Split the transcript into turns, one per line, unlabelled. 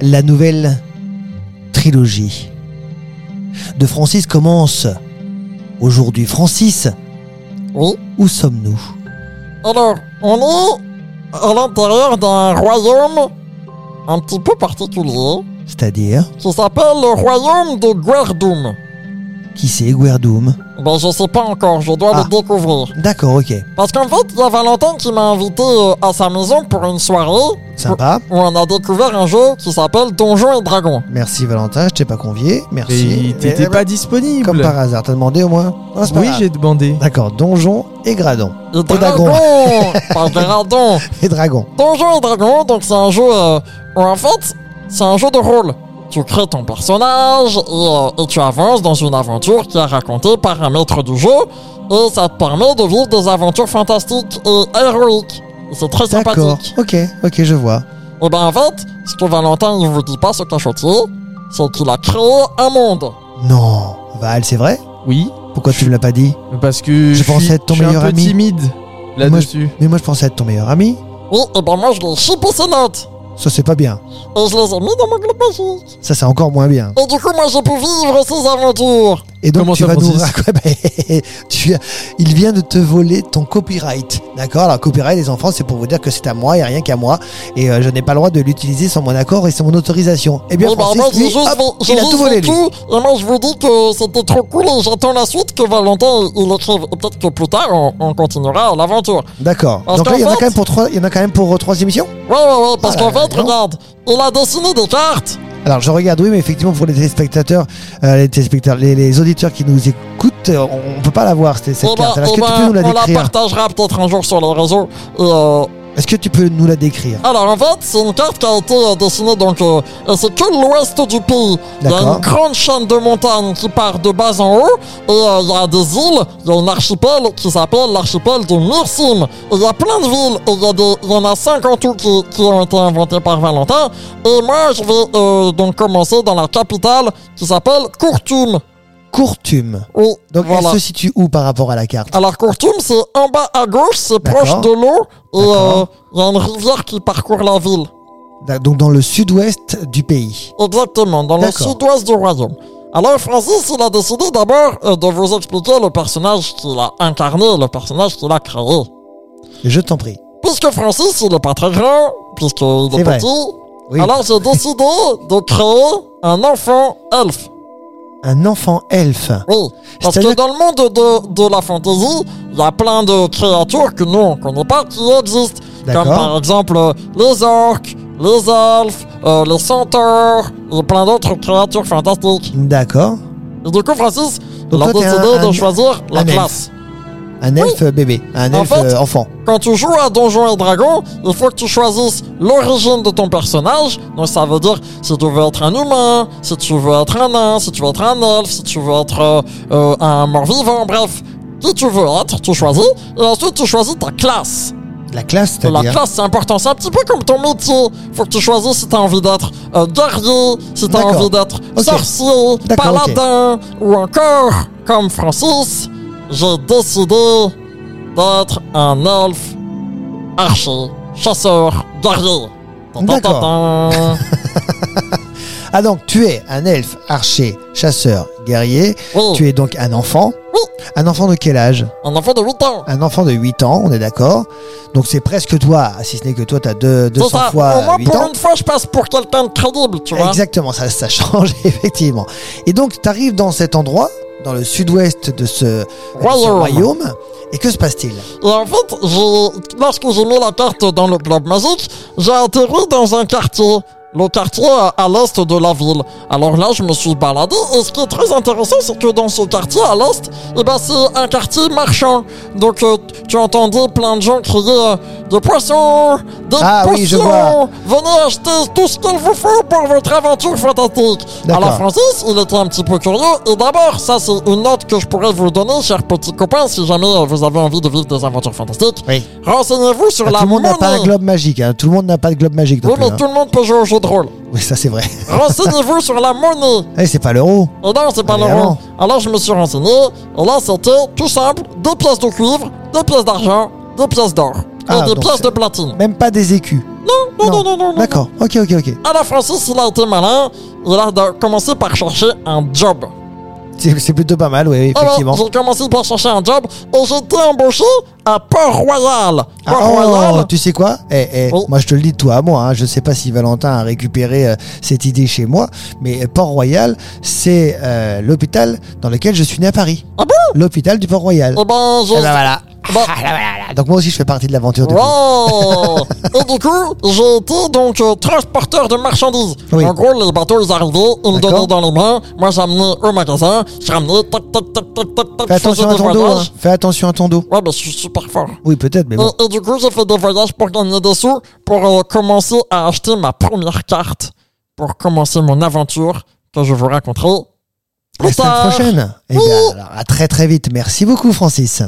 la nouvelle trilogie de Francis commence aujourd'hui. Francis,
Oui.
où sommes-nous
Alors, on est à l'intérieur d'un royaume un petit peu particulier
C'est-à-dire,
qui s'appelle le royaume de Guardoum.
qui c'est Guerdoum
Ben, je sais pas encore, je dois
Ah.
le découvrir.
D'accord, ok.
Parce qu'en fait, il y a Valentin qui m'a invité euh, à sa maison pour une soirée
Sympa.
Oh.
où on a découvert un jeu qui s'appelle Donjons et Dragons.
Merci Valentin, je t'ai pas convié. Merci.
Et t'étais
Mais-
pas disponible.
Comme par hasard, t'as demandé au moins Non, c'est pas
oui,
grave.
j'ai demandé.
D'accord, donjon et gradon.
Et
dragons.
dragons Pas dragons
Et dragon.
Donjons et Dragons, donc c'est un jeu euh, où en fait, c'est un jeu de rôle. Tu crées ton personnage et, euh, et tu avances dans une aventure qui est racontée par un maître du jeu et ça te permet de vivre des aventures fantastiques et héroïques. Et C'est très
D'accord.
sympathique.
Ok, ok, je vois.
Et ben en fait, ce que Valentin ne vous dit pas, ce cachotier, c'est qu'il a créé un monde.
Non, Val, c'est vrai
Oui,
Pourquoi tu me l'as pas dit
parce
Je
que suis-
pensais être ton
je suis
meilleur
un peu
ami.
timide là-dessus.
Mais moi, je pensais être ton meilleur ami.
Oui, et ben moi je l'ai chipé ses notes
Ça, c'est pas bien.
et je les ai mis dans mon globe magique.
Ça, c'est encore moins bien.
Et du coup, moi j'ai pu vivre ces aventures.
Et donc
Comment
tu
ça,
vas nous
Francis
raconter. bah, tu... Il vient de te voler ton copyright. D'accord Alors copyright les enfants, c'est pour vous dire que c'est à moi et rien qu'à moi. Et euh, je n'ai pas le droit de l'utiliser sans mon accord et sans mon autorisation. Eh bien
Oui, bah,
Francis,
moi, j'ai
lui,
juste
hop,
vu- j'ai
il a
juste
tout volé lui.
vécu, Et moi, je vous dis que c'était trop cool et j'attends la suite que Valentin il écrive. Et Peut-être que plus tard, on, on continuera l'aventure.
D'accord.
Parce
Donc là,
qu'en
il y en a
fait-
quand même pour trois, il y en a quand même pour euh, trois émissions.
Ouais, ouais, ouais, parce
Ah,
qu'en
là,
fait,
non.
regarde, il a dessiné des cartes.
Alors je regarde, oui, mais effectivement pour les téléspectateurs, euh, les téléspectateurs, les, les auditeurs qui nous écoutent, euh, on, on peut pas la voir cette, cette
Et
carte.
ben-
Alors, Est-ce que
et
tu
ben,
peux nous la
on la
décrire
partagera peut-être un jour sur les réseaux. Et, euh,
Est-ce que tu peux nous la décrire
alors, en fait, c'est une carte qui a été euh, dessinée, donc, euh, et c'est que l'ouest du pays. Il y a
D'accord.
une grande chaîne de montagnes qui part de bas en haut, et euh, il y a des îles, il y a un archipel qui s'appelle l'archipel de Mursim. Et Il y a plein de villes, et il y, a des- il y en a cinq en tout qui, qui ont été inventées par Valentin. Et moi, je vais euh, donc commencer dans la capitale qui s'appelle Courtume.
Courtume.
Oui,
Donc
voilà.
elle se situe où par rapport à la carte
Alors Courtume, c'est en bas à gauche, c'est
D'accord.
proche de l'eau, et euh,
D'accord.
il y a une rivière qui parcourt la ville.
Donc dans le sud-ouest du pays.
Exactement, dans le
D'accord.
sud-ouest du royaume. Alors Francis, il a décidé d'abord euh, de vous expliquer le personnage qu'il a incarné, le personnage qu'il a créé.
Je t'en prie.
Puisque Francis, il n'est pas très grand, puisqu'il est,
C'est vrai.
petit,
Oui.
alors j'ai décidé de créer un enfant elfe.
un enfant elfe.
Oui, parce que
C'est-à-dire-
dans le monde de, de la fantasy, il y a plein de créatures que nous, on connaît pas, qui existent. Comme
D'accord.
par exemple euh, les orques, les elfes, euh, les centaures, et plein d'autres créatures fantastiques.
D'accord.
Et du coup, Francis,
Donc
il a
toi, t'es
décidé
un-
de
un-
choisir la
un elfe.
classe.
Un elfe bébé, un
En
elfe
fait-
euh, enfant.
Quand tu joues à Donjons et Dragons, il faut que tu choisisses l'origine de ton personnage. Donc ça veut dire si tu veux être un humain, si tu veux être un nain, si tu veux être un elfe, si tu veux être euh, euh, un mort-vivant, bref. Qui tu veux être, tu choisis. Et ensuite, tu choisis ta classe.
La classe, hein.
Et la
c'est-à-dire.
classe, c'est important. C'est un petit peu comme ton métier. Faut que tu choisisses si t'as envie d'être euh, guerrier, si t'as
D'accord.
envie d'être
Ok.
sorcier,
D'accord, ok.
paladin, ou encore, comme Francis, j'ai décidé d'être un elfe archer, chasseur, guerrier. Tan, tan,
D'accord.
tan, tan.
Ah donc tu es un elfe, archer, chasseur, guerrier.
Oui.
Tu es donc un enfant.
Oh. Oui.
Un enfant de quel âge
Un enfant de 8 ans.
Un enfant de 8 ans, on est d'accord. Donc c'est presque toi, si ce n'est que toi tu as
C'est
200
ça. Au
fois
moins,
8
pour
ans.
une fois, je passe pour quelqu'un de crédible, tu vois.
Exactement, ça, ça change effectivement. Et donc tu arrives dans cet endroit, dans le sud-ouest de ce, de ce
Royaume.
royaume. Et que se passe-t-il
Et en fait, j'ai- lorsque j'ai mis la carte dans le globe magique, j'ai atterri dans un quartier. Le quartier à- à l'est de la ville. Alors là, je me suis baladé et ce qui est très intéressant, c'est que dans ce quartier à l'est, eh ben, c'est un quartier marchand. Donc euh, tu entendais plein de gens crier euh, des poissons, des
Ah
poissons,
oui, je vois.
venez acheter tout ce qu'il vous faut pour votre aventure fantastique.
D'accord.
Alors Francis, il était un petit peu curieux. Et d'abord, ça c'est une note que je pourrais vous donner, chers petits copains, si jamais euh, vous avez envie de vivre des aventures fantastiques.
Oui.
Renseignez-vous sur
Ah,
la
tout le monde n'a
monnaie.
pas un globe magique. hein. Tout le monde n'a pas de globe magique. non
Oui,
plus,
mais
hein.
tout le monde peut jouer au jeu de rôle.
Oui, ça c'est vrai.
Renseignez-vous sur la monnaie.
Eh, c'est pas l'euro.
Et non, c'est pas
Ah, mais
l'euro.
non.
Alors je me suis renseigné. Et là, c'était tout simple deux pièces de cuivre, deux pièces d'argent, deux pièces d'or. Et
Ah,
des
donc
pièces
c'est-
de platine.
Même pas des écus.
Oh, Non, non, non, non, non. non.
D'accord, ok, ok, ok.
À la Francis, il a été malin. Il a de- commencé par chercher un job.
C'est c'est plutôt pas mal, oui, oui,
Alors,
effectivement.
j'ai commencé par chercher un job et j'ai été embauché à Port-Royal.
Ah, oh,
Port-Royal.
tu sais quoi Eh, eh,
Oh.
Moi, je te le dis de toi à moi. hein, Je sais pas si Valentin a récupéré euh, cette idée chez moi, mais Port-Royal, c'est euh, l'hôpital dans lequel je suis né à Paris.
Ah bon
L'hôpital du Port-Royal.
Eh ben,
Eh
j'ai...
ben voilà.
Bon.
Ah, là, voilà, là. Donc moi aussi, je fais partie de l'aventure. du coup.
Oh, Wow. Et du coup, j'ai été donc euh, transporteur de marchandises.
Oui.
En gros, les bateaux, ils arrivaient, ils me
D'accord.
donnaient dans les mains, moi j'amenais au magasin, je ramenais, tac, tac, tac, tac, tac, tac,
Fais
je faisais
attention à
des
ton dos.
voyages.
hein. Fais attention à ton dos.
Ouais, ben, je suis super fort.
Oui, peut-être, mais bon.
Et, et du coup, j'ai fait des voyages pour gagner des sous, pour euh, commencer à acheter ma première carte, pour commencer mon aventure que je vous raconterai.
La
plus
semaine
tard.
prochaine. Eh bien,
Ouh.
alors, à très très vite. Merci beaucoup, Francis.